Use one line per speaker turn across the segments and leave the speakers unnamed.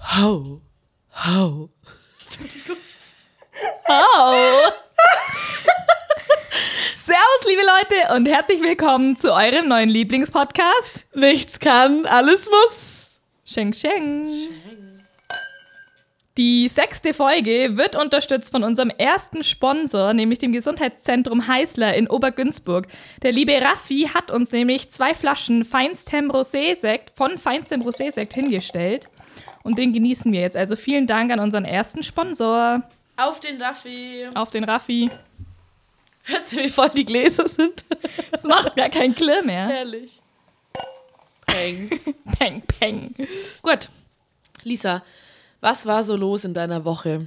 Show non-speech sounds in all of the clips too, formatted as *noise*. Hau. Hau. Entschuldigung. Hau. Servus, liebe Leute, und herzlich willkommen zu eurem neuen Lieblingspodcast.
Nichts kann, alles muss.
Sheng Sheng. Die sechste Folge wird unterstützt von unserem ersten Sponsor, nämlich dem Gesundheitszentrum Heißler in Obergünzburg. Der liebe Raffi hat uns nämlich zwei Flaschen Feinstem Rosé-Sekt von Feinstem Rosé-Sekt hingestellt. Und den genießen wir jetzt. Also vielen Dank an unseren ersten Sponsor,
Auf den Raffi.
auf den Raffi.
Hört ihr, wie voll die Gläser *laughs* sind?
Das macht gar kein Klirr mehr.
Herrlich.
Peng, peng.
Gut. Lisa, was war so los in deiner Woche?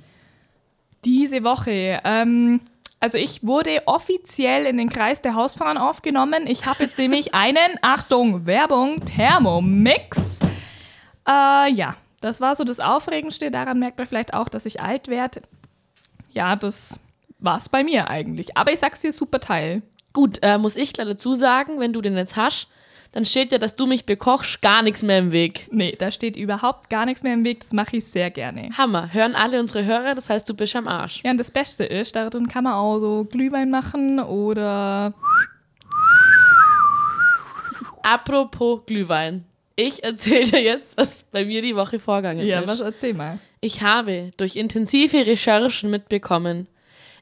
Diese Woche. Ähm, also ich wurde offiziell in den Kreis der Hausfrauen aufgenommen. Ich habe jetzt nämlich einen, Achtung, Werbung, Thermomix. Äh, ja, das war so das Aufregendste. Daran merkt man vielleicht auch, dass ich alt werde. Ja, das war's bei mir eigentlich. Aber ich sag's dir, super Teil.
Gut, äh, muss ich klar dazu sagen, wenn du den jetzt hast, dann steht ja, dass du mich bekochst, gar nichts mehr im Weg.
Nee, da steht überhaupt gar nichts mehr im Weg. Das mache ich sehr gerne.
Hammer, hören alle unsere Hörer, das heißt, du bist am Arsch.
Ja, und das Beste ist, darin kann man auch so Glühwein machen oder
Apropos Glühwein. Ich erzähle dir jetzt, was bei mir die Woche vorgegangen
ja,
ist.
was erzähl mal.
Ich habe durch intensive Recherchen mitbekommen,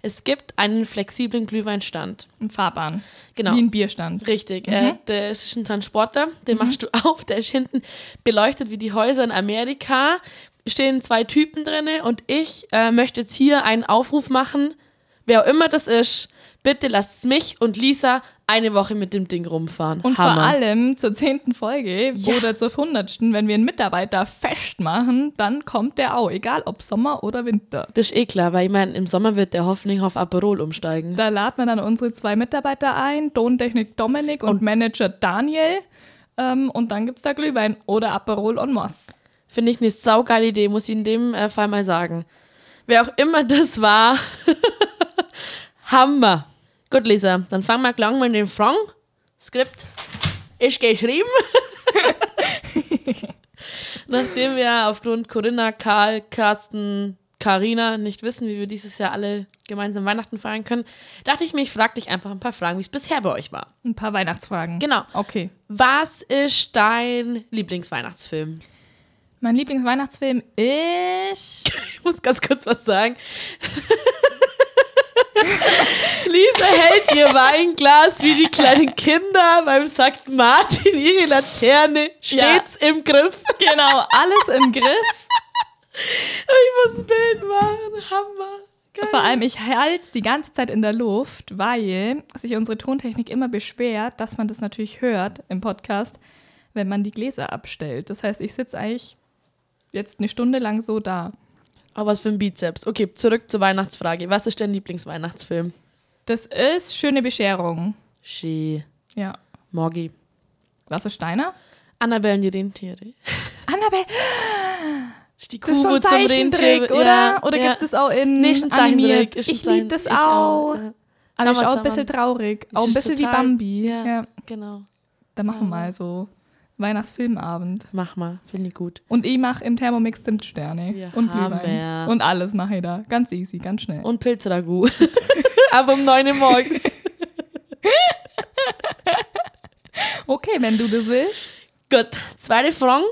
es gibt einen flexiblen Glühweinstand.
Ein Fahrbahn.
Genau.
Wie ein Bierstand.
Richtig.
Mhm.
Äh, das ist ein Transporter, den machst du *laughs* auf, der ist hinten beleuchtet wie die Häuser in Amerika. Stehen zwei Typen drinne und ich äh, möchte jetzt hier einen Aufruf machen. Wer auch immer das ist, bitte lasst mich und Lisa eine Woche mit dem Ding rumfahren.
Und
Hammer.
vor allem zur zehnten Folge
Ja.
oder zur hundertsten, wenn wir einen Mitarbeiter festmachen, dann kommt der auch, egal ob Sommer oder Winter.
Das ist eh klar, weil ich meine, im Sommer wird der hoffentlich auf Aperol umsteigen.
Da laden wir dann unsere zwei Mitarbeiter ein, Tontechnik Dominik und,
Und-
Manager Daniel. Ähm, und dann gibt's da Glühwein oder Aperol und Moss.
Finde ich eine saugeile Idee, muss ich in dem äh, Fall mal sagen. Wer auch immer das war, *laughs* Hammer. Gut, Lisa, dann fangen wir gleich mal mit dem Frank. Skript ist geschrieben. *laughs* Nachdem wir aufgrund Corinna, Karl, Carsten, Karina nicht wissen, wie wir dieses Jahr alle gemeinsam Weihnachten feiern können, dachte ich mir, ich frage dich einfach ein paar Fragen, wie es bisher bei euch war.
Ein paar Weihnachtsfragen.
Genau.
Okay.
Was ist dein Lieblingsweihnachtsfilm?
Mein Lieblingsweihnachtsfilm ist. *laughs*
Ich muss ganz kurz was sagen. *laughs* Lisa hält ihr Weinglas wie die kleinen Kinder beim St. Martin, ihre Laterne stets im Griff.
Genau, alles im Griff.
Ich muss ein Bild machen, Hammer. Geil.
Vor allem, ich halte es die ganze Zeit in der Luft, weil sich unsere Tontechnik immer beschwert, dass man das natürlich hört im Podcast, wenn man die Gläser abstellt. Das heißt, ich sitze eigentlich jetzt eine Stunde lang so da.
Aber was für ein Bizeps. Okay, zurück zur Weihnachtsfrage. Was ist dein Lieblingsweihnachtsfilm?
Das ist schöne Bescherung.
Schee,
Ja.
Morgi.
Was ist Steiner?
Annabelle und die Rentiere.
Annabelle,
Das ist die
das ist so
Kubo
ein Zeichentrick, oder? oder
ja.
gibt es das auch in
Nee, ist ein
animiert?
Zeichentrick. ist ein
Ich liebe
Zeichen-
das
ich
auch.
ja.
Aber ich
Schau mal
auch ein
zusammen.
bisschen traurig. Auch
Es
ein
ist
bisschen wie
total-
Bambi.
ja.
ja.
Genau.
Da machen wir
Ja.
mal so Weihnachtsfilmabend.
Mach mal, finde ich gut.
Und ich mache im Thermomix Zimtsterne
Ja,
und Glühwein.
Hammer.
Und alles mache ich da. Ganz easy, ganz schnell.
Und Pilzragout. *laughs* Aber um 9 Uhr morgens.
*laughs* okay, wenn du das willst.
gut, zweite Frage.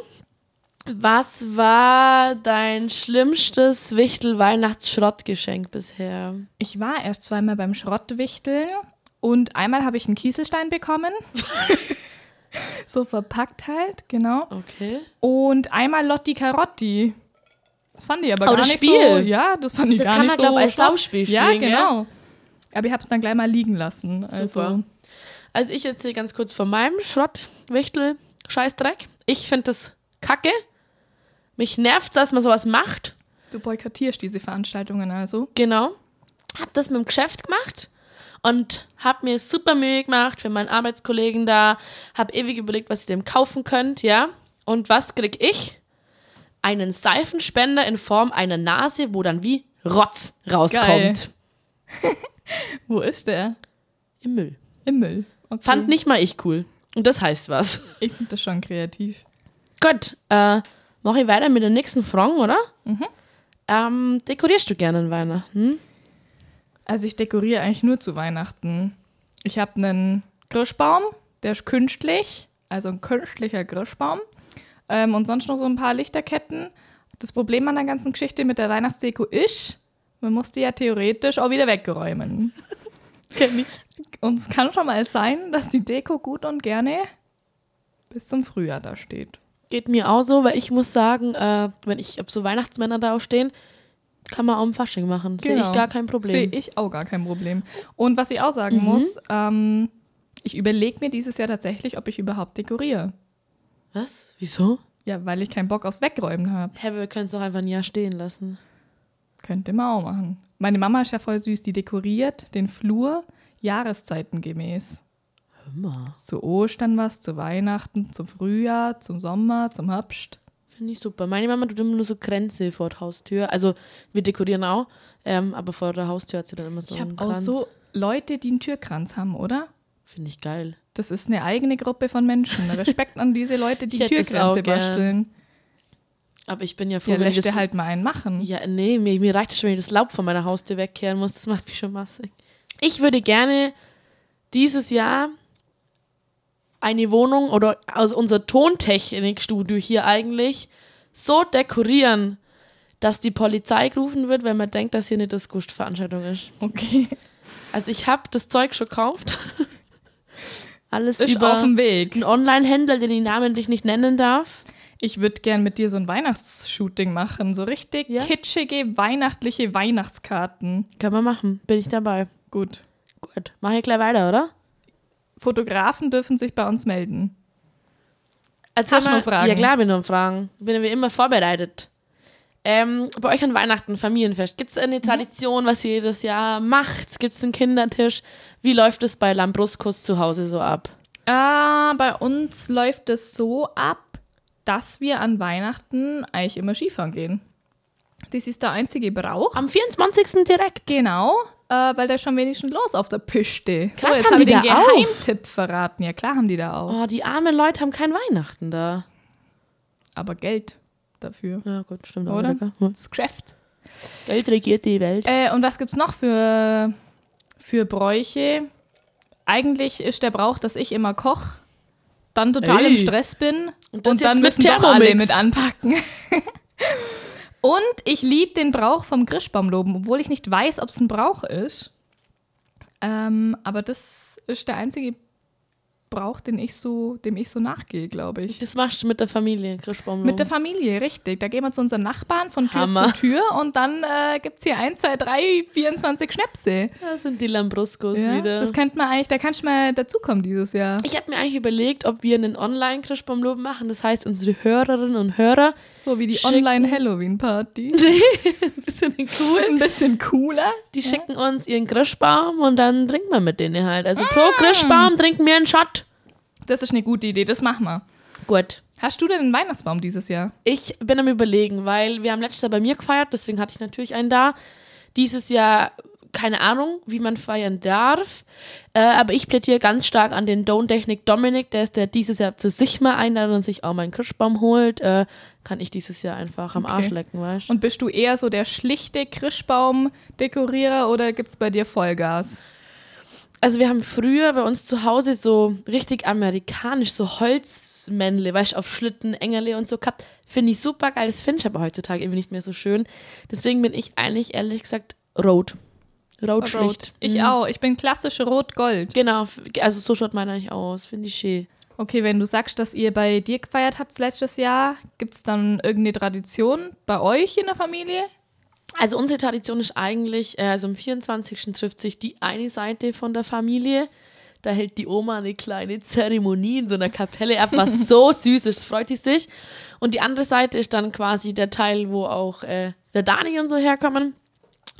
Was war dein schlimmstes Wichtel-Weihnachtsschrottgeschenk bisher?
Ich war erst zweimal beim Schrottwichteln und einmal habe ich einen Kieselstein
*laughs*
bekommen. so verpackt halt, genau.
Okay.
Und einmal Lotti Carotti. Das fand ich aber
Oh,
gar
das
nicht so.
Spiel.
Ja, das fand ich
Das
gar
kann man,
nicht so.
glaub, als
schlimm.
Laufspiel
Ja,
spielen, gell?
genau. Aber ich habe es dann gleich mal liegen lassen. Also,
Super. Also ich erzähle ganz kurz von meinem Schrottwichtel-Scheißdreck. Ich finde das kacke. Mich nervt dass man sowas macht.
Du boykottierst diese Veranstaltungen also.
Genau. Hab das mit dem Geschäft gemacht und hab mir super Mühe gemacht für meinen Arbeitskollegen da. Hab ewig überlegt, was ich dem kaufen könnt, ja. Und was krieg ich? Einen Seifenspender in Form einer Nase, wo dann wie Rotz rauskommt.
Geil. Wo ist der?
Im Müll. Mhm.
Im Müll. Okay.
Fand nicht mal ich cool. Und das heißt was.
Ich finde das schon kreativ.
*laughs* Gut, äh, mache ich weiter mit der nächsten Frage, oder? Ähm, dekorierst du gerne an Weihnachten? Hm?
Also ich dekoriere eigentlich nur zu Weihnachten. Ich habe einen Grischbaum, der ist künstlich, also ein künstlicher Grischbaum. Ähm, und sonst noch so ein paar Lichterketten. Das Problem an der ganzen Geschichte mit der Weihnachtsdeko ist, man muss die ja theoretisch auch wieder wegräumen.
Kenn ich.
Und es kann schon mal sein, dass die Deko gut und gerne bis zum Frühjahr da steht.
Geht mir auch so, weil ich muss sagen, äh, wenn ich ob so Weihnachtsmänner da stehen, kann man auch im Fasching machen. Sehe ich
Genau.
gar kein Problem.
Sehe ich auch gar kein Problem. Und was ich auch sagen muss, ähm, ich überlege mir dieses Jahr tatsächlich, ob ich überhaupt dekoriere.
Was? Wieso?
Ja, weil ich keinen Bock aufs Wegräumen habe.
Hä, wir können es doch einfach ein Jahr stehen lassen.
Könnte man auch machen. Meine Mama ist ja voll süß, die dekoriert den Flur Jahreszeiten gemäß.
Immer.
Zu Ostern was, zu Weihnachten, zum Frühjahr, zum Sommer, zum Herbst.
Finde ich super. Meine Mama tut immer nur so Kränze vor der Haustür. Also, wir dekorieren auch, ähm, aber vor der Haustür hat sie dann immer so
Ich habe
einen
auch
Kranz.
so Leute, die einen Türkranz haben, oder?
Finde ich geil.
Das ist eine eigene Gruppe von Menschen. Respekt an diese Leute, die
Ich hätte das
Türkränze
auch gern.
basteln.
Aber ich bin ja froh,
Ja,
wenn ich
lässt
das...
dir halt mal einen machen.
Ja, nee, mir, mir reicht es schon, wenn ich das Laub von meiner Haustür wegkehren muss. Das macht mich schon massig. Ich würde gerne dieses Jahr eine Wohnung oder also unser Tontechnikstudio hier eigentlich so dekorieren, dass die Polizei gerufen wird, wenn man denkt, dass hier eine Disco-Veranstaltung ist.
Okay.
Also ich habe das Zeug schon gekauft. *laughs* Alles
Ist
über
auf dem Weg.
einen Online-Händler, den ich namentlich nicht nennen darf.
Ich würde gern mit dir so ein Weihnachtsshooting machen. So richtig
Ja?
kitschige, weihnachtliche Weihnachtskarten.
Können wir machen. Bin ich dabei.
Gut.
Gut. Mach ich gleich weiter, oder?
Fotografen dürfen sich bei uns melden.
Erzähl
Hast du
mal-
noch Fragen?
Ja, klar, bin noch Fragen. Bin wie immer vorbereitet. Ähm, bei euch an Weihnachten, Familienfest, gibt es eine Tradition, was ihr jedes Jahr macht? Gibt es einen Kindertisch? Wie läuft es bei Lambruskus zu Hause so ab?
Ah, bei uns läuft es so ab, dass wir an Weihnachten eigentlich immer Skifahren gehen. Das ist der einzige Brauch.
Am 24. direkt.
Genau, äh, weil da ist schon wenigstens los auf der Piste. So,
Krass,
jetzt
haben
haben wir
die
den
da auf?
Geheimtipp verraten. Ja, klar haben die da auch.
Oh, die armen Leute haben kein Weihnachten da.
Aber Geld dafür,
Ja, gut, stimmt auch.
oder?
Oder? gell?
Das Geschäft.
Geld regiert die Welt.
Äh, und was gibt's noch für, für Bräuche? Eigentlich ist der Brauch, dass ich immer koch, dann total
Ey.
im Stress bin
Und
und,
das
dann
jetzt mit
müssen doch alle
Thermomix.
mit anpacken. *laughs* und ich liebe den Brauch vom Grischbaumloben, obwohl ich nicht weiß, ob es ein Brauch ist. Ähm, aber das ist der einzige Brauch, den ich so, dem ich so nachgehe, glaube ich.
Das machst du mit der Familie, Christbaum.
Mit der Familie, richtig. Da gehen wir zu unseren Nachbarn von Tür
Mhm. Hammer.
zu Tür und dann äh, gibt es hier 1, 2, 3, 24 Schnäpse.
da sind die Lambruskus
Ja,
wieder.
Das könnte man eigentlich, da kannst du mal dazukommen dieses Jahr.
ich habe mir eigentlich überlegt, ob wir einen Online-Christbaumloben machen. Das heißt, unsere Hörerinnen und Hörer
So wie die
Schicken. *laughs*
Online-Halloween-Party.
sind cool.
Ein bisschen cooler.
Die schicken uns ihren Grischbaum und dann trinken wir mit denen halt. Also pro Grischbaum trinken wir einen Shot.
Das ist eine gute Idee, das machen wir.
Gut.
Hast du denn einen Weihnachtsbaum dieses Jahr?
Ich bin am überlegen, weil wir haben letztes Jahr bei mir gefeiert, deswegen hatte ich natürlich einen da. Dieses Jahr keine Ahnung, wie man feiern darf. Äh, aber ich plädiere ganz stark an den Dontechnik Dominik, der ist der dieses Jahr zu sich mal einladen und sich auch meinen Kirschbaum holt. Äh, kann ich dieses Jahr einfach am
Okay.
Arsch lecken, weißt du?
Und bist du eher so der schlichte Krischbaum-Dekorierer oder gibt's bei dir Vollgas?
Also wir haben früher bei uns zu Hause so richtig amerikanisch, so Holzmännle, weißt du, auf Schlitten, Engerle und so gehabt. Finde ich super geil. Das finde ich aber heutzutage irgendwie nicht mehr so schön. Deswegen bin ich eigentlich ehrlich gesagt Road. Road schlicht.
Ich
Mhm.
auch. Ich bin klassisch rot-gold.
Genau, f- also so schaut meiner nicht aus. Finde ich schön.
Okay, wenn du sagst, dass ihr bei dir gefeiert habt letztes Jahr, gibt's dann irgendeine Tradition bei euch in der Familie?
Also unsere Tradition ist eigentlich, äh, also am 24. trifft sich die eine Seite von der Familie. Da hält die Oma eine kleine Zeremonie in so einer Kapelle ab, was so süß ist, freut die sich. Und die andere Seite ist dann quasi der Teil, wo auch äh, der Dani und so herkommen.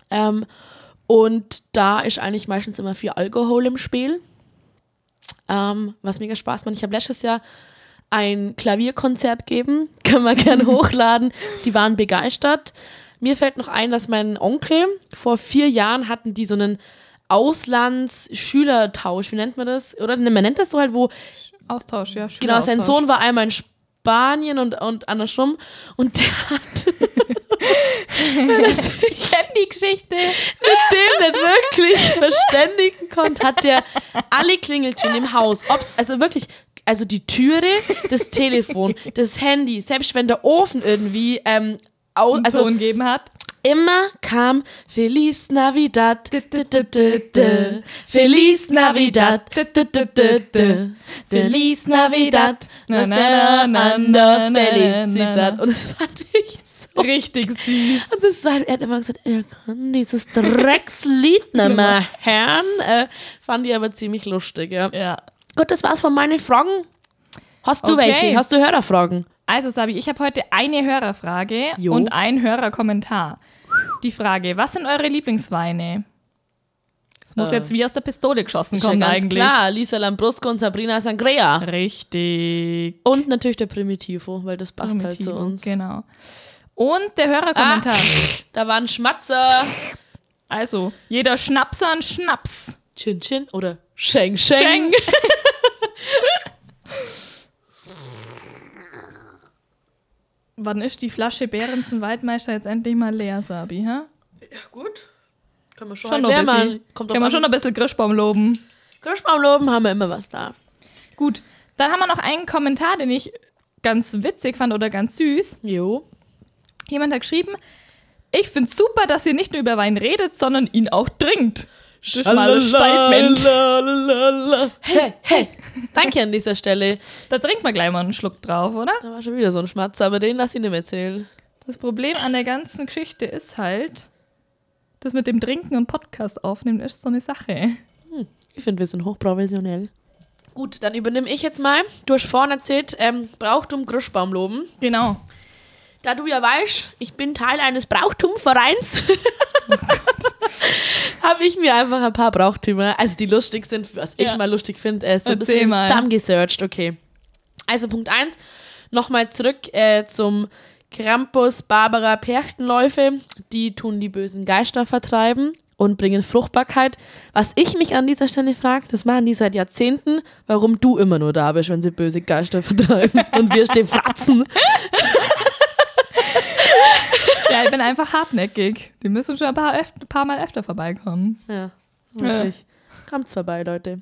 Ähm, und da ist eigentlich meistens immer viel Alkohol im Spiel, ähm, was mega Spaß macht. Ich habe letztes Jahr ein Klavierkonzert geben. *laughs* Können wir gerne hochladen. Die waren begeistert. Mir fällt noch ein, dass mein Onkel vor vier Jahren hatten die so einen Auslandsschülertausch, wie nennt man das? Oder ne, man nennt das so halt, wo
Austausch, ja.
genau sein
Schüleraustausch.
Sohn war einmal in Sp- Spanien und, und andersrum. Und der *laughs* hat mit
*laughs* Ich kenne die Geschichte.
dem nicht wirklich verständigen konnte, hat der alle Klingeltöne im Haus. Ob's, also wirklich, also die Türe, das Telefon, das Handy, selbst wenn der Ofen irgendwie ähm, au,
Also,
also
Ton gegeben hat.
Immer kam Feliz Navidad. Du, du, du, du, du. Feliz Navidad. Du, du, du, du, du. Feliz Navidad. Na, na, na, na, na, Felicidad. Und das fand ich so.
Richtig süß.
Und das war, er hat immer gesagt, er kann dieses
*laughs*
Dreckslied nicht mehr hören. Äh, fand ich aber ziemlich lustig, ja.
Ja.
Gut, das war's von meinen Fragen. Hast du
Okay.
welche? Hast du Hörerfragen?
Also, Sabi, ich habe heute eine Hörerfrage
Jo.
und einen Hörerkommentar. Die Frage: Was sind eure Lieblingsweine? Das muss
Äh.
jetzt wie aus der Pistole geschossen kommen,
ganz
eigentlich.
klar. Lisa Lambrusco und Sabrina Sangria.
Richtig.
Und natürlich der Primitivo, weil das passt halt zu
Primitivo,
uns. Ah.
Genau. Und der Hörerkommentar.
Da war ein Schmatzer.
Also, jeder Schnapser ein Schnaps.
Chin Chin oder Sheng Sheng.
Schenk. Wann ist die Flasche Behrensen Waldmeister jetzt endlich mal leer, Sabi? Hä?
Ja, gut. Können wir
Schon
halt
noch
leer
ein bisschen.
machen. Kommt
Können wir
drauf
schon
an.
ein bisschen Grischbaum loben.
Kirschbaum loben haben wir immer was da.
Gut, dann haben wir noch einen Kommentar, den ich ganz witzig fand oder ganz süß.
Jo.
Jemand hat geschrieben, ich find's super, dass ihr nicht nur über Wein redet, sondern ihn auch trinkt. Das ist mal ein Statement.
Hey, hey. Danke an dieser Stelle.
Da trinkt man gleich mal einen Schluck drauf, oder?
Da war schon wieder so ein Schmatzer, aber den lass ich nicht mehr erzählen.
Das Problem an der ganzen Geschichte ist halt, das mit dem Trinken und Podcast aufnehmen ist so eine Sache.
Ich finde, wir sind hochprofessionell. Gut, dann übernehme ich jetzt mal. Du hast vorhin erzählt, ähm, Brauchtum Kirschbaum loben.
Genau.
Da du ja weißt, ich bin Teil eines Brauchtumvereins, *laughs* habe ich mir einfach ein paar Brauchtümer, also die lustig sind, was ich
Ja.
mal lustig finde, äh, so ein
Erzähl
bisschen
mal.
zusammengesearched. Okay. Also Punkt 1, nochmal zurück äh, zum Krampus Barbara Perchtenläufe. Die tun die bösen Geister vertreiben und bringen Fruchtbarkeit. Was ich mich an dieser Stelle frage, das machen die seit Jahrzehnten, warum du immer nur da bist, wenn sie böse Geister vertreiben und wir
*laughs*
stehen fratzen.
Ja, ich bin einfach hartnäckig. Die müssen schon ein paar, öf paar Mal öfter vorbeikommen.
Ja, wirklich. Kommt's vorbei, Leute.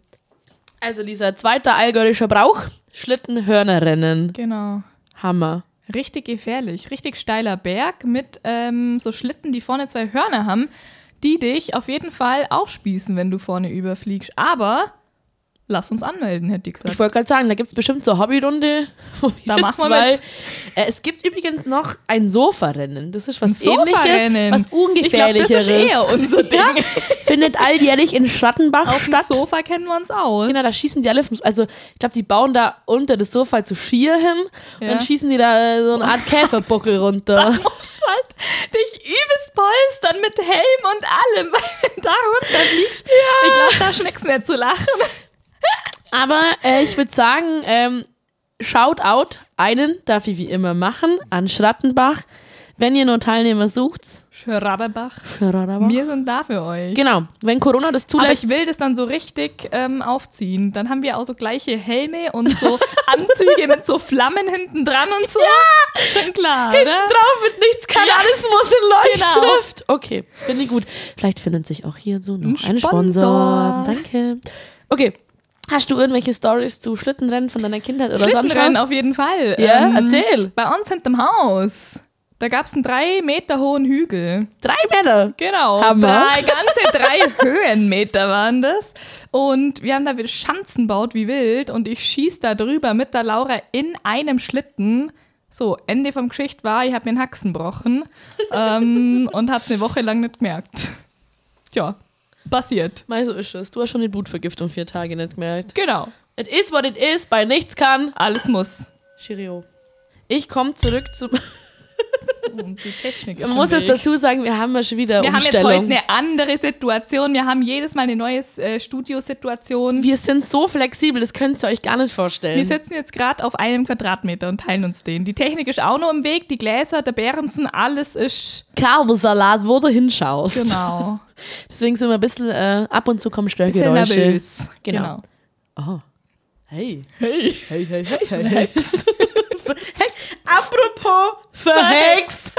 Also dieser zweite allgäuische Brauch, Schlittenhörnerrennen.
Genau.
Hammer.
Richtig gefährlich. Richtig steiler Berg mit ähm, so Schlitten, die vorne zwei Hörner haben, die dich auf jeden Fall auch spießen, wenn du vorne überfliegst. Aber lass uns anmelden, hätte ich gesagt.
Ich wollte gerade sagen, da gibt's bestimmt so eine Hobbyrunde. *laughs* wo
Da
wir
machen wir
zwei-
mit.
Äh, Es gibt übrigens noch ein Sofarennen. Das ist was
Ein Sofarennen.
ähnliches, was
Ich glaube, das
ungefährlicheres.
ist eher unser *laughs* Ding.
Findet alljährlich in Schattenbach
Auf dem
statt.
Sofa kennen wir uns aus.
Genau, da schießen die alle vom, also ich glaube, die bauen da unter das Sofa zu Skier hin und
Ja.
dann schießen die da äh, so eine *laughs* Art Käferbuckel runter.
musst halt dich übelst polstern mit Helm und allem, *laughs* weil wenn da runterfliegst, ich glaube, da ist nichts mehr zu lachen.
Aber äh, ich würde sagen, ähm, Shoutout, einen darf ich wie immer machen, an Schrattenbach. Wenn ihr nur Teilnehmer sucht,
Schraderbach,
Schrattenbach.
wir sind da für euch.
Genau, wenn Corona das
Aber
zulässt.
ich will das dann so richtig ähm, aufziehen. Dann haben wir auch so gleiche Helme und so *laughs* Anzüge mit so Flammen hinten dran und so. Ja! Schon klar, oder?
drauf mit nichts kann,
Ja.
alles muss in
Genau.
Leuchtschrift. Okay, finde ich gut. Vielleicht findet sich auch hier so noch
Ein
ein Sponsor.
Sponsor.
Danke. Okay, hast du irgendwelche Stories zu Schlittenrennen von deiner Kindheit oder sonst
Schlittenrennen
was?
auf jeden Fall. Ähm,
Ja, erzähl.
Bei uns hinterm Haus, da gab es einen drei Meter hohen Hügel.
Drei Männer.
Genau.
Hammer.
Drei,
*laughs*
ganze drei Höhenmeter waren das. Und wir haben da wieder Schanzen baut wie wild. Und ich schieß da drüber mit der Laura in einem Schlitten. So, Ende vom Geschicht war, ich hab mir einen Haxen gebrochen ähm,
*laughs*
und hab's eine Woche lang nicht gemerkt. Tja, passiert.
Mei, so ist es. Du hast schon die Blutvergiftung vier Tage nicht gemerkt.
Genau.
It is what it is, bei nichts kann.
Alles muss.
Chirio. Ich komme zurück zu.
Und die Technik ist
Man muss
im
jetzt
Weg.
dazu sagen, wir haben ja schon wieder
Wir haben jetzt heute
Umstellung.
eine andere Situation. Wir haben jedes Mal eine neue äh, Studiosituation.
wir sind so flexibel, das könnt ihr euch gar nicht
Wir
vorstellen.
sitzen jetzt gerade auf einem Quadratmeter und teilen uns den. Die Technik ist auch noch im Weg, die Gläser, der Bärensen, alles ist.
Kabelsalat, wo du hinschaust.
*laughs* Genau.
Deswegen sind wir ein bisschen, äh, ab und zu kommen
Bisschen
Störgeräusche.
nervös. Genau.
Genau. Oh. Hey.
Hey.
*laughs* Hey, hey, hey, hey, hey. verhext. Apropos verhext.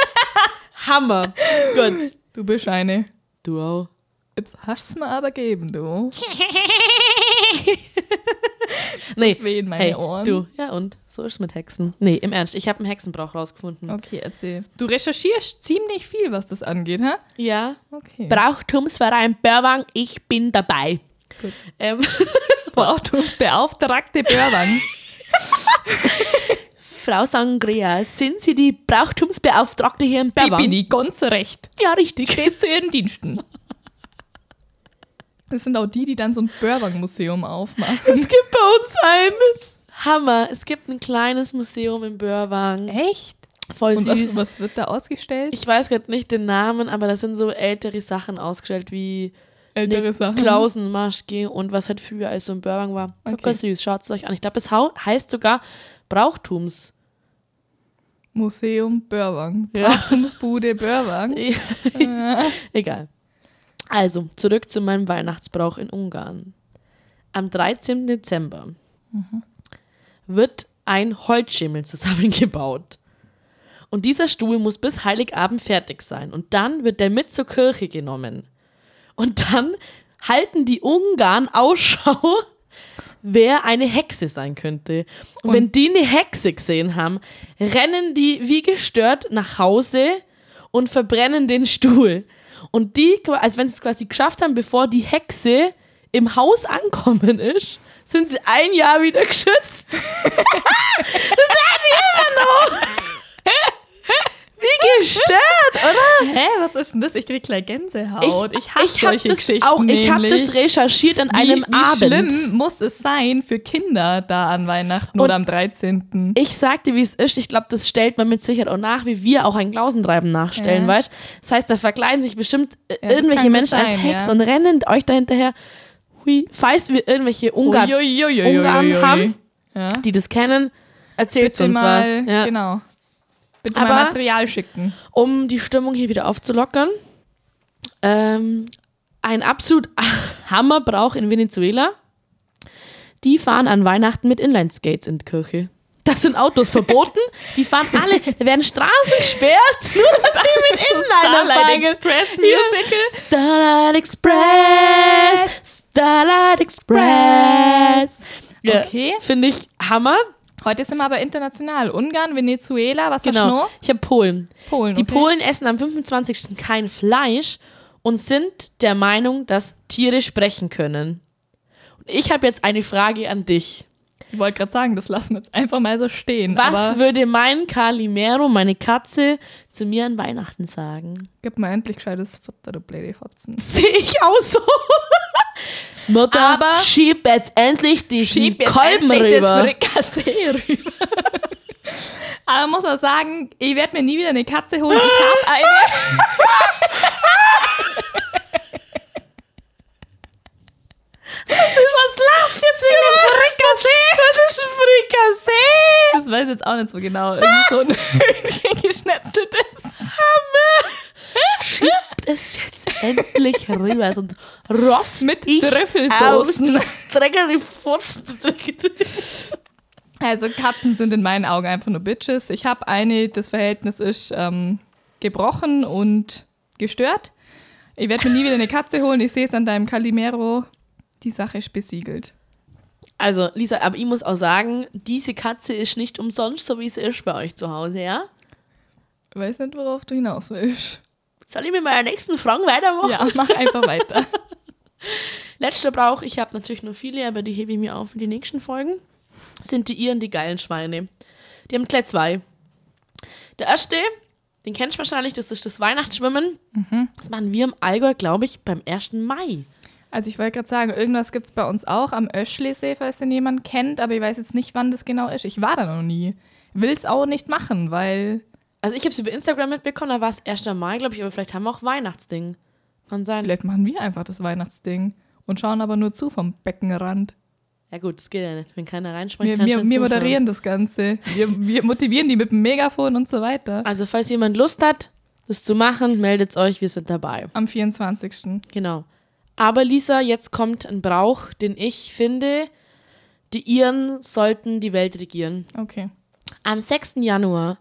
Hammer. Gut.
Du bist eine.
Du auch. *laughs*
Jetzt hast du mir aber geben, du.
Nee.
Wehen meine
Hey,
Ohren.
du. Ja, und? So ist es mit Hexen. Nee, im Ernst. Ich habe einen Hexenbrauch rausgefunden.
Okay, erzähl. Du recherchierst ziemlich viel, was das angeht, hä?
Ja.
Okay.
Brauchtumsverein Börwang, ich bin dabei. Ähm, *laughs*
Brauchtumsbeauftragte *laughs* Börwang.
Frau Sangria, sind Sie die Brauchtumsbeauftragte hier in
Die
Börwang?
bin ich ganz recht.
Ja, richtig.
Stehst zu ihren Diensten. Das sind auch die, die dann so ein Börwang-Museum aufmachen.
*laughs* Es gibt bei uns eines. Hammer, es gibt ein kleines Museum in Börwang.
Echt?
Voll
Und was,
süß.
was wird da ausgestellt?
Ich weiß gerade nicht den Namen, aber da sind so ältere Sachen ausgestellt, wie
Ältere
eine
Sachen.
Klausenmaschke und was halt früher als so in Börwang war. Zucker süß, schaut es euch an. Ich glaube, es hau- heißt sogar Brauchtums.
Museum Börwang.
Ja.
Brauchtumsbude Börwang.
*laughs* Egal. Also, zurück zu meinem Weihnachtsbrauch in Ungarn. Am 13. Dezember wird ein Holzschimmel zusammengebaut. Und dieser Stuhl muss bis Heiligabend fertig sein. Und dann wird der mit zur Kirche genommen. Und dann halten die Ungarn Ausschau, wer eine Hexe sein könnte. Und, wenn die eine Hexe gesehen haben, rennen die wie gestört nach Hause und verbrennen den Stuhl. Und die, qua- als wenn sie es quasi geschafft haben, bevor die Hexe im Haus ankommen ist, sind sie ein Jahr wieder geschützt. *laughs* das haben die immer noch. Wie gestört, oder?
Hä, was ist denn das? Ich krieg gleich Gänsehaut. Ich, hasse
ich hab
solche
das
Geschichten
Auch ich habe
nämlich.
das recherchiert an
wie,
einem
wie
Abend.
schlimm muss es sein für Kinder da an Weihnachten oder am 13.
Ich sagte, wie es ist. Ich glaube, das stellt man mit Sicherheit auch nach, wie wir auch ein Glausentreiben nachstellen,
Ja.
weißt Das heißt, da verkleiden sich bestimmt äh,
Ja, das
irgendwelche
kann gut
Menschen als
sein,
Hexen
ja.
und rennen euch da hinterher. Hui, falls wir irgendwelche Ungarn,
Uiuiuiuiui.
Ungarn haben,
Ja.
die das kennen, erzählt
Bitte
uns
mal,
was. Ja.
genau. Bitte
Aber-
mal
*laughs*
Material schicken.
um die Stimmung hier wieder aufzulockern. Ähm, ein absolut *laughs* Hammerbrauch in Venezuela. Die fahren an Weihnachten mit Inlineskates in die Kirche. Das sind Autos verboten. Die fahren alle, da werden Straßen gesperrt, *laughs* nur dass die
*laughs*
mit Inliner fahren.
Starlight
gehen.
Express ne? Musical.
Starlight Express, Starlight Express. Ja,
Okay.
Finde ich Hammer.
Heute sind wir aber international. Ungarn, Venezuela, was hast du
Genau.
noch?
Ich habe Polen.
Polen.
Die
okay.
Polen essen am 25. kein Fleisch und sind der Meinung, dass Tiere sprechen können. Und ich habe jetzt eine Frage an dich.
Ich wollte gerade sagen, das lassen wir jetzt einfach mal so stehen.
Was
aber
würde mein Calimero, meine Katze, zu mir an Weihnachten sagen?
gib mal endlich gescheites Futter, du blöde Fotzen.
*laughs* Sehe ich auch so. Mutter,
Aber-
schieb jetzt endlich die Kolben rüber.
Frikassee rüber. *laughs* aber muss auch sagen, ich werde mir nie wieder eine Katze holen. Ich *laughs* habe eine.
Was lacht jetzt wegen dem Frikassee? *laughs* Das ist ein Frikassee.
Das weiß ich jetzt auch nicht so genau. Irgendwie so ein *laughs* Hühnchen geschnetzeltes.
Schiebt es jetzt endlich rüber, sonst rost
Mit
ich
Trüffelsoßen.
Träger die Furzen.
Also Katzen sind in meinen Augen einfach nur Bitches. Ich habe eine, das Verhältnis ist ähm, gebrochen und gestört. Ich werde mir nie wieder eine Katze holen. Ich sehe es an deinem Calimero. Die Sache ist besiegelt.
Also, Lisa, aber ich muss auch sagen, diese Katze ist nicht umsonst, so wie sie ist bei euch zu Hause, ja?
Weiß nicht, worauf du hinaus willst.
Soll ich mit meiner nächsten Frage weitermachen?
Ja, mach einfach weiter.
Letzter Brauch, ich habe natürlich nur viele, aber die hebe ich mir auf für die nächsten Folgen, sind die Iren, die geilen Schweine. Die haben gleich zwei. Der erste, den kennst du wahrscheinlich, das ist das Weihnachtsschwimmen. Das machen wir im Allgäu, glaube ich, beim 1. Mai.
Also ich wollte gerade sagen, irgendwas gibt es bei uns auch am Öschlisee, falls den jemand kennt, aber ich weiß jetzt nicht, wann das genau ist. Ich war da noch nie. Will es auch nicht machen, weil
Also ich habe es über Instagram mitbekommen, da war es 1. Mai, glaube ich, aber vielleicht haben wir auch Weihnachtsding. Kann sein.
vielleicht machen wir einfach das Weihnachtsding und schauen aber nur zu vom Beckenrand.
Ja gut, das geht ja nicht. Wenn keiner reinspringt,
Wir,
kann
wir,
schon
wir
zuschauen.
moderieren das Ganze. Wir, wir motivieren die mit dem Megafon und so weiter.
Also falls jemand Lust hat, das zu machen, meldet euch, wir sind dabei.
Am 24.
Genau. Aber Lisa, jetzt kommt ein Brauch, den ich finde, die Iren sollten die Welt regieren.
Okay.
am 6. Januar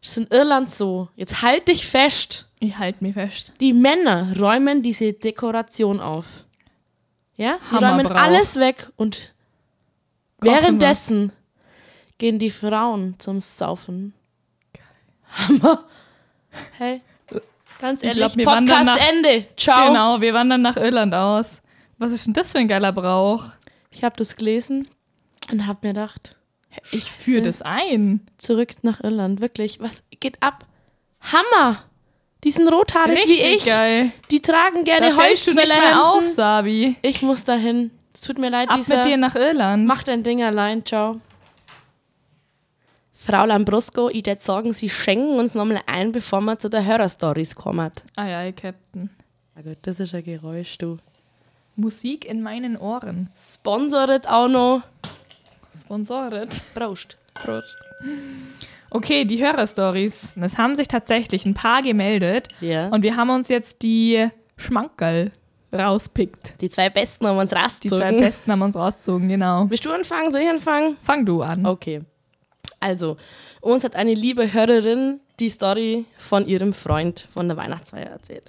ist in Irland so, jetzt halt dich fest,
Ich halte mich fest.
die Männer räumen diese Dekoration auf. Ja, die
Hammer
räumen
drauf.
alles weg und
Kochen was.
währenddessen gehen die Frauen zum Saufen. Hammer. Hey, ganz
Ich
ehrlich,
glaub, wir wandern
Podcast
nach-
Ende. Ciao.
Genau, wir wandern nach Irland aus. Was ist denn das für ein geiler Brauch?
Ich habe das gelesen und habe mir gedacht,
Ich führe das ein.
zurück nach Irland, wirklich, was geht ab? Hammer. Die sind rothaarig
Richtig
wie ich.
geil.
Die tragen
Da
gerne
fällst du nicht mehr auf,
Holzfällerhemden.
Sabi.
Ich muss dahin. Es tut mir leid,
Ab
dieser.
mit dir nach Irland.
Mach dein Ding allein, ciao. Frau Lambrusco, ich würde sagen, Sie schenken uns nochmal ein, bevor wir zu der Hörerstories kommen.
Ei, ei, Captain.
Na gut, das ist ein Geräusch, du.
Musik in meinen Ohren.
Sponsoret auch noch.
Sponsoret.
Prost. Prost.
Okay, die Hörerstories. Und Es haben sich tatsächlich ein paar gemeldet.
Ja.
Und wir haben uns jetzt die Schmankerl rauspickt.
Die zwei Besten haben uns
Die zwei
rausgezogen.
Besten haben uns rausgezogen, genau.
Willst du anfangen? Soll ich anfangen?
Fang du an.
Okay. Also, uns hat eine liebe Hörerin die Story von ihrem Freund von der Weihnachtsfeier erzählt.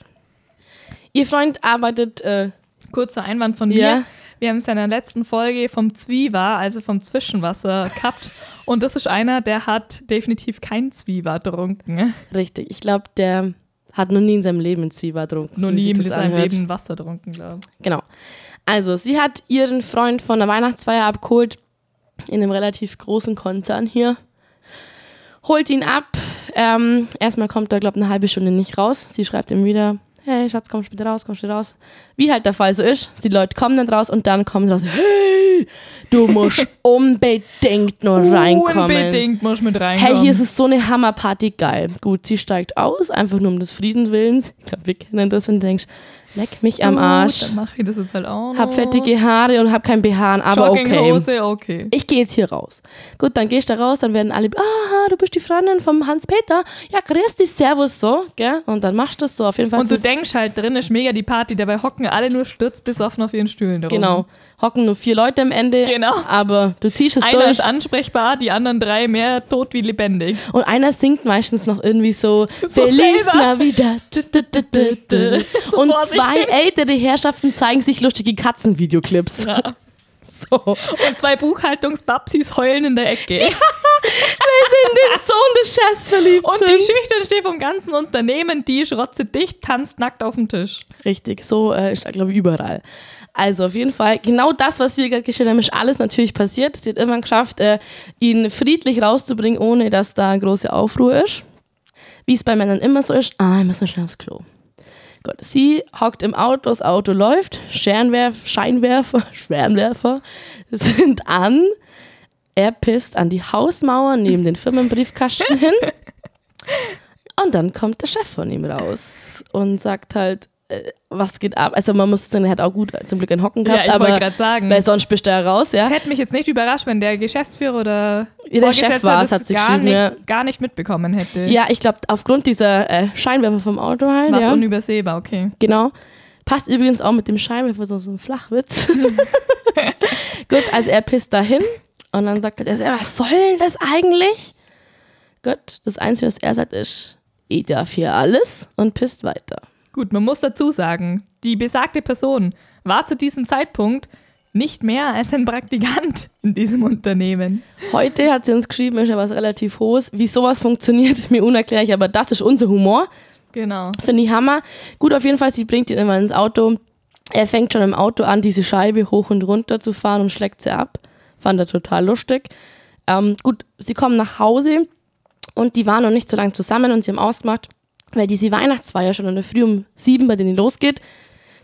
Ihr Freund arbeitet äh,
Kurzer Einwand von mir.
Ja.
Wir haben es ja in der letzten Folge vom Zwieber, also vom Zwischenwasser, *laughs* gehabt. Und das ist einer, der hat definitiv kein Zwieber getrunken.
Richtig, ich glaube, der hat noch nie in seinem Leben einen Zwieber getrunken.
Nur
so wie
nie
sich
in
das
seinem
anhört.
Leben Wasser getrunken, glaube ich.
Genau. Also, sie hat ihren Freund von der Weihnachtsfeier abgeholt, in einem relativ großen Konzern hier. Holt ihn ab. Ähm, erstmal kommt er, glaube ich, eine halbe Stunde nicht raus. Sie schreibt ihm wieder, hey Schatz, komm später raus, komm später raus. Wie halt der Fall so ist, die Leute kommen nicht raus und dann kommen sie raus, hey, du
*laughs*
musst unbedingt nur Uh, reinkommen.
Unbedingt muss mit reinkommen.
Hey, hier ist es so eine Hammerparty, geil. Gut, sie steigt aus, einfach nur um des Friedens willens. Ich glaube, wir kennen das, wenn du denkst, leck mich am
Gut,
Arsch.
Dann mache ich das jetzt halt auch noch.
Hab fettige Haare und hab kein BH an, aber okay.
Jogginghose, okay.
Ich gehe jetzt hier raus. Gut, dann gehst du da raus, dann werden alle, aha, du bist die Freundin vom Hans-Peter. Ja, grüß dich, servus, so, gell? Und dann machst du das so, auf jeden Fall.
Und du
ist es-
denkst halt, drin ist mega die Party, dabei hocken alle nur sturzbesoffen auf ihren Stühlen rum.
Genau, hocken nur vier Leute am Ende,
um. Genau.
aber du ziehst es
Einer
durch.
ist ansprechbar, die anderen drei mehr tot wie lebendig.
Und einer singt meistens noch irgendwie so,
So
Feliz
selber.
Navidad. Du, du, du, du, du.
So
Und
vorsichtig.
zwei ältere Herrschaften zeigen sich lustige Katzenvideoclips. So. Weil sie
Und zwei Buchhaltungsbabsis heulen in der Ecke.
in den Sohn des Chefs verliebt
Und die
sind.
schüchternste vom ganzen Unternehmen, die schrotzt dicht, tanzt nackt auf dem Tisch.
Richtig, so äh, ist, glaube ich, überall. Also auf jeden Fall, genau das, was wir gerade geschildert haben, ist alles natürlich passiert. Sie hat immer geschafft, äh, ihn friedlich rauszubringen, ohne dass da eine große Aufruhr ist. Wie es bei Männern immer so ist, ah, ich muss noch schnell aufs Klo. Gott, sie hockt im Auto, das Auto läuft, Scheinwerf, Scheinwerfer, *laughs* Scheinwerfer sind an. Er pisst an die Hausmauer neben den Firmenbriefkasten hin. Und dann kommt der Chef von ihm raus und sagt halt, äh, was geht ab? Also man muss sagen, er hat auch gut zum Glück ein Hocken
Ja,
gehabt,
ich wollte
aber
gerade sagen.
weil sonst bist du ja raus, ja?
Das hätte mich jetzt nicht überrascht, wenn der Geschäftsführer oder
Ja, der
Vorgesetzter
Chef war es,
das
hat sie
gar,
geschrieben,
nicht,
ja.
gar nicht mitbekommen hätte.
Ja, ich glaube, aufgrund dieser äh, Scheinwerfer vom Auto halt.
War es
ja.
unübersehbar, okay.
Genau. Passt übrigens auch mit dem Scheinwerfer so so ein Flachwitz. Gut, also er pisst dahin und dann sagt er, "Ja, was soll denn das eigentlich? Gut, das Einzige, was er sagt, ist, ich darf hier alles und pisst weiter.
Gut, man muss dazu sagen, die besagte Person war zu diesem Zeitpunkt nicht mehr als ein Praktikant in diesem Unternehmen.
Heute hat sie uns geschrieben, ist ja was relativ hohes. Wie sowas funktioniert, *laughs* mir unerklärlich, aber das ist unser Humor.
Genau.
Finde ich Hammer. Gut, auf jeden Fall, sie bringt ihn immer ins Auto. Er fängt schon im Auto an, diese Scheibe hoch und runter zu fahren und schlägt sie ab. Fand er total lustig. Ähm, gut, sie kommen nach Hause und die waren noch nicht so lange zusammen und sie haben ausgemacht, weil diese Weihnachtsfeier schon in der Früh um sieben bei denen losgeht.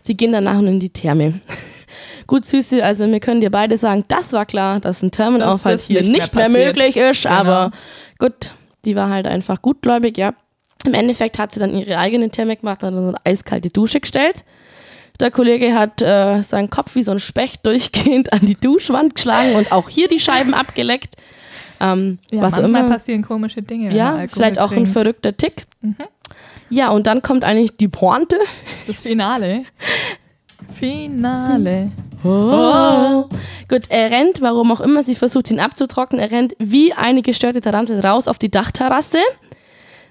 Sie gehen danach und in die Therme. *laughs* gut, Süße, also wir können dir beide sagen, das war klar, dass ein Thermenaufhalt
das
hier
nicht mehr
nicht mehr,
passiert.
möglich ist,
Genau.
aber gut, die war halt einfach gutgläubig, ja. Im Endeffekt hat sie dann ihre eigene Therme gemacht und dann so eine eiskalte Dusche gestellt. Der Kollege hat äh, seinen Kopf wie so ein Specht durchgehend an die Duschwand geschlagen und auch hier die Scheiben abgeleckt. Ähm,
Ja,
was auch
manchmal
immer.
passieren komische Dinge. wenn man
Ja,
Alkohol
vielleicht auch ein
trinkt. Mhm.
verrückter Tick. Ja, und dann kommt eigentlich die Pointe.
Das Finale. Finale.
Oh.
Gut, er rennt, warum auch immer, sie versucht ihn abzutrocknen. Er rennt wie eine gestörte Tarantel raus auf die Dachterrasse,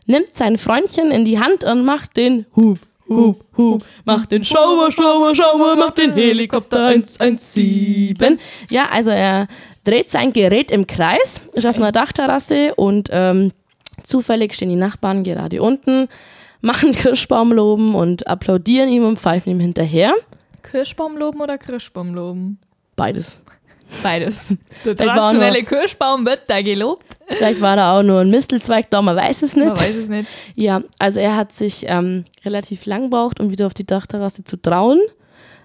nimmt sein Freundchen in die Hand und macht den Hub, Hub, Hub. Macht den Schauer, Schauer, Schauer, macht den Helikopter 117. Ja, also er dreht sein Gerät im Kreis, ist auf einer Dachterrasse und ähm, zufällig stehen die Nachbarn gerade unten, machen *laughs* Kirschbaumloben und applaudieren ihm und pfeifen ihm hinterher.
Kirschbaumloben oder Kirschbaumloben?
beides.
Beides. Der
Vielleicht war auch
traditionelle Kirschbaum wird da gelobt.
Vielleicht war da auch nur ein Mistelzweig da, man weiß es nicht.
Man weiß es nicht.
Ja, also er hat sich ähm, relativ lang gebraucht, um wieder auf die Dachterrasse zu trauen,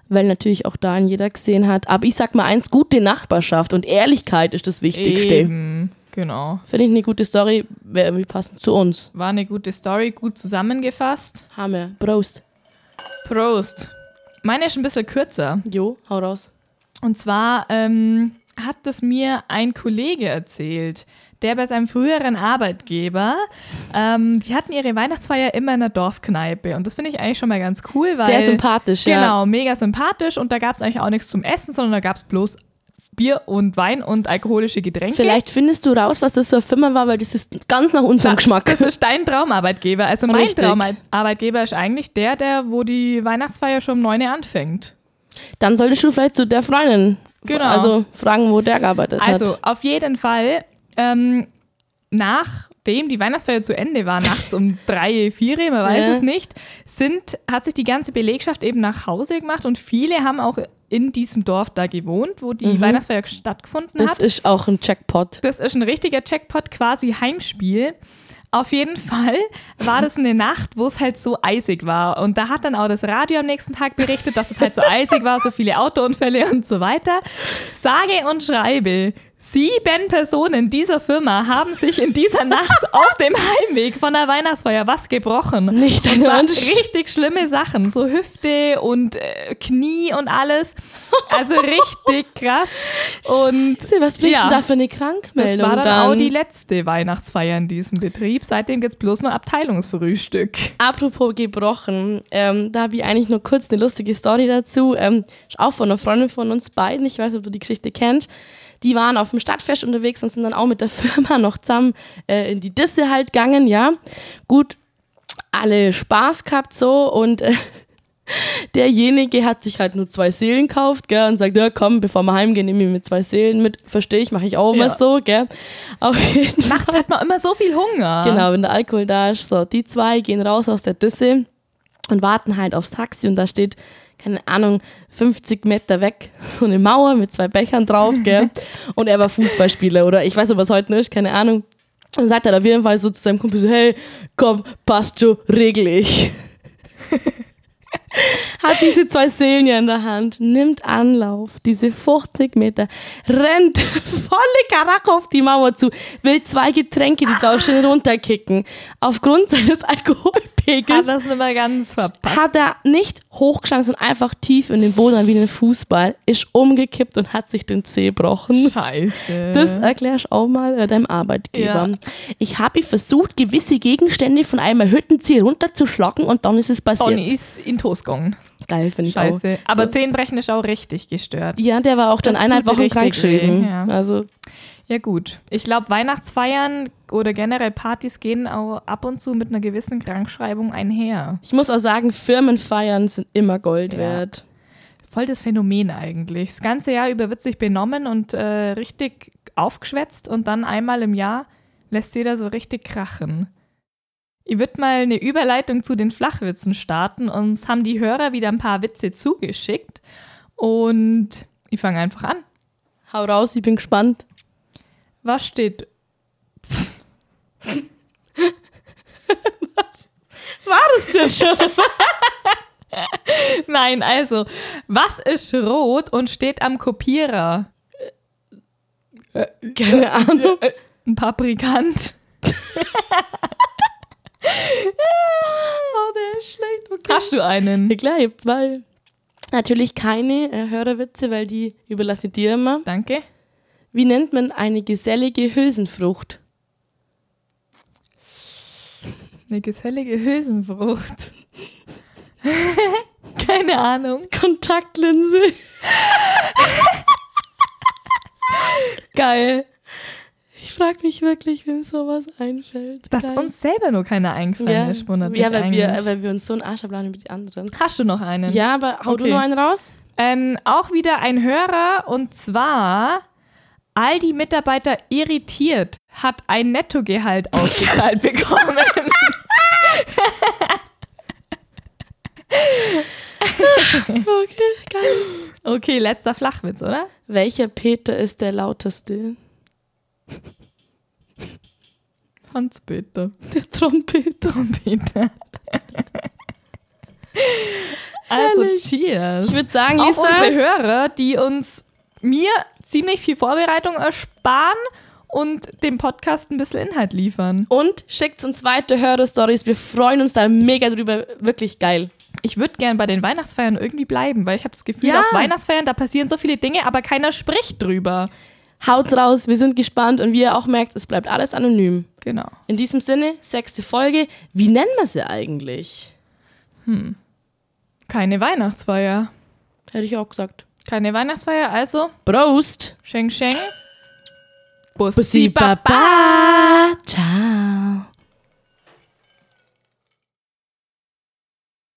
weil natürlich auch da ein jeder gesehen hat. Aber ich sag mal eins, gute Nachbarschaft und Ehrlichkeit ist das Wichtigste.
Eben. Genau.
Finde ich eine gute Story, wäre irgendwie passend zu uns.
War eine gute Story, gut zusammengefasst.
Hammer, Prost.
Prost. Meine ist ein bisschen kürzer.
Jo, hau raus.
Und zwar ähm, hat das mir ein Kollege erzählt, der bei seinem früheren Arbeitgeber, ähm, die hatten ihre Weihnachtsfeier immer in der Dorfkneipe. Und das finde ich eigentlich schon mal ganz cool, weil.
Sehr sympathisch, ja.
Genau, mega sympathisch. Und da gab es eigentlich auch nichts zum Essen, sondern da gab es bloß Bier und Wein und alkoholische Getränke.
Vielleicht findest du raus, was das für eine Firma war, weil das ist ganz nach unserem Geschmack.
Das ist dein Traumarbeitgeber. Also mein
Richtig.
Traumarbeitgeber ist eigentlich der, der, wo die Weihnachtsfeier schon um 9 Uhr anfängt.
Dann solltest du vielleicht zu der Freundin
Genau.
also fragen, wo der gearbeitet
Also
hat.
auf jeden Fall, ähm, nachdem die Weihnachtsfeier zu Ende war,
*laughs*
nachts um drei, vier, man weiß
Ja.
es nicht, sind, hat sich die ganze Belegschaft eben nach Hause gemacht und viele haben auch in diesem Dorf da gewohnt, wo die Weihnachtsfeier stattgefunden hat.
Mhm. Das ist auch ein Jackpot.
Das ist ein richtiger Jackpot, quasi Heimspiel. Auf jeden Fall war das eine Nacht, wo es halt so eisig war. Und da hat dann auch das Radio am nächsten Tag berichtet, dass es halt so eisig war, so viele Autounfälle und so weiter. Sage und schreibe, sieben Personen dieser Firma haben sich in dieser Nacht auf dem Heimweg von der Weihnachtsfeier was gebrochen.
Nicht
Und zwar
dein Ernst?
richtig schlimme Sachen, so Hüfte und äh, Knie und alles. Also richtig
*laughs*
krass. Und
Scheiße, was bringst
Ja.
du da für eine Krankmeldung?
das war dann,
dann?
auch die letzte Weihnachtsfeier in diesem Betrieb. Seitdem gibt es bloß
*laughs*
nur Abteilungsfrühstück.
Apropos gebrochen, ähm, da habe ich eigentlich nur kurz eine lustige Story dazu. Ähm, ist auch von einer Freundin von uns beiden, ich weiß, ob du die Geschichte kennst. Die waren auf dem Stadtfest unterwegs und sind dann auch mit der *laughs* Firma noch zusammen äh, in die Disse halt gegangen, ja. Gut, alle Spaß gehabt so und äh, *laughs* derjenige hat sich halt nur zwei Seelen gekauft, gell, und sagt, ja komm, bevor wir heimgehen, nehme ich mir zwei Seelen mit. Verstehe ich, mache ich auch immer
Ja.
so, gell. Auf jeden Fall.
Nachts hat man immer so viel Hunger.
Genau, wenn der Alkohol da ist. So, die zwei gehen raus aus der Düsse und warten halt aufs Taxi und da steht, keine Ahnung, 50 Meter weg, *laughs* so eine Mauer mit zwei Bechern drauf, gell? Und er war Fußballspieler oder ich weiß nicht, was heute noch ist, keine Ahnung. Und sagt er auf jeden Fall so zu seinem Kumpel so, hey, komm, passt schon, regel ich. *laughs* Hat diese zwei Seelen ja in der Hand, nimmt Anlauf, diese 50 Meter, rennt *laughs* volle Karacke auf die Mauer zu, will zwei Getränke, die drauf stehen, runterkicken. Aufgrund seines *laughs*
Hat
Alkoholpegels
das nicht mal ganz verpasst.
hat er nicht hochgeschlagen, sondern einfach tief in den Boden wie ein Fußball, ist umgekippt und hat sich den Zeh gebrochen.
Scheiße.
Das erklärst du auch mal äh, deinem Arbeitgeber.
Mhm. Ja.
Ich habe versucht, gewisse Gegenstände von einem erhöhten Ziel runterzuschlagen und dann ist es passiert.
und ist in Tosgong.
Geil, finde ich
Oh, Scheiße.
auch.
Aber
so.
Zehenbrechen ist auch richtig gestört.
Ja, der war auch dann
Das
eineinhalb
tut
Wochen
richtig
krankgeschrieben.
weh, ja.
Also
Ja, gut. Ich glaube, Weihnachtsfeiern oder generell Partys gehen auch ab und zu mit einer gewissen Krankschreibung einher.
ich muss auch sagen, Firmenfeiern sind immer Gold
Ja.
wert.
Voll das Phänomen eigentlich. Das ganze Jahr über wird sich benommen und äh, richtig aufgeschwätzt und dann einmal im Jahr lässt jeder so richtig krachen. Ich würde mal eine Überleitung zu den Flachwitzen starten. Uns haben die Hörer wieder ein paar Witze zugeschickt und ich fange einfach an.
Hau raus, ich bin gespannt.
Was steht? *laughs*
War das denn schon?
Nein, also, was ist rot und steht am Kopierer?
*laughs* Keine Ahnung.
Ein *laughs* Paprikant.
Oh, der ist schlecht. Okay.
Hast du einen?
Ja, klar, ich hab zwei. Natürlich keine äh, Hörerwitze, weil die überlasse ich dir immer.
Danke.
Wie nennt man eine gesellige Hülsenfrucht? *laughs*
Eine gesellige Hülsenfrucht. *laughs* Keine Ahnung.
Kontaktlinse.
Geil.
Ich frage mich wirklich, wem sowas einfällt.
Dass
Geil.
uns selber nur keiner eingefallen
ja,
ist, wundert mich
ja weil, wir,
eigentlich.
weil wir uns so einen Arsch abladen über die anderen.
Hast du noch einen?
Ja, aber hau
Okay.
du noch einen raus?
Ähm, auch wieder ein Hörer und zwar Aldi-Mitarbeiter irritiert hat ein Nettogehalt *laughs* ausgezahlt bekommen. *laughs*
Okay, geil.
Okay, letzter Flachwitz, oder?
Welcher Peter ist der lauteste?
Hans-Peter.
Der Trompeter.
Trompeter. *laughs* also, cheers.
Ich würde sagen,
Auch unsere
Lisa,
Hörer, die uns mir ziemlich viel Vorbereitung ersparen und dem Podcast ein bisschen Inhalt liefern.
und schickt uns weiter Hörer-Stories. Wir freuen uns da mega drüber. Wirklich geil.
Ich würde gern bei den Weihnachtsfeiern irgendwie bleiben, weil ich habe das Gefühl,
Ja.
auf Weihnachtsfeiern, da passieren so viele Dinge, aber keiner spricht drüber.
Haut's raus, wir sind gespannt und wie ihr auch merkt, es bleibt alles anonym.
Genau.
In diesem Sinne, sechste Folge. Wie nennen wir sie eigentlich?
Keine Weihnachtsfeier.
Hätte ich auch gesagt.
Keine Weihnachtsfeier, also
Prost!
Sheng Sheng. Bussi
Bussi Baba! Ciao!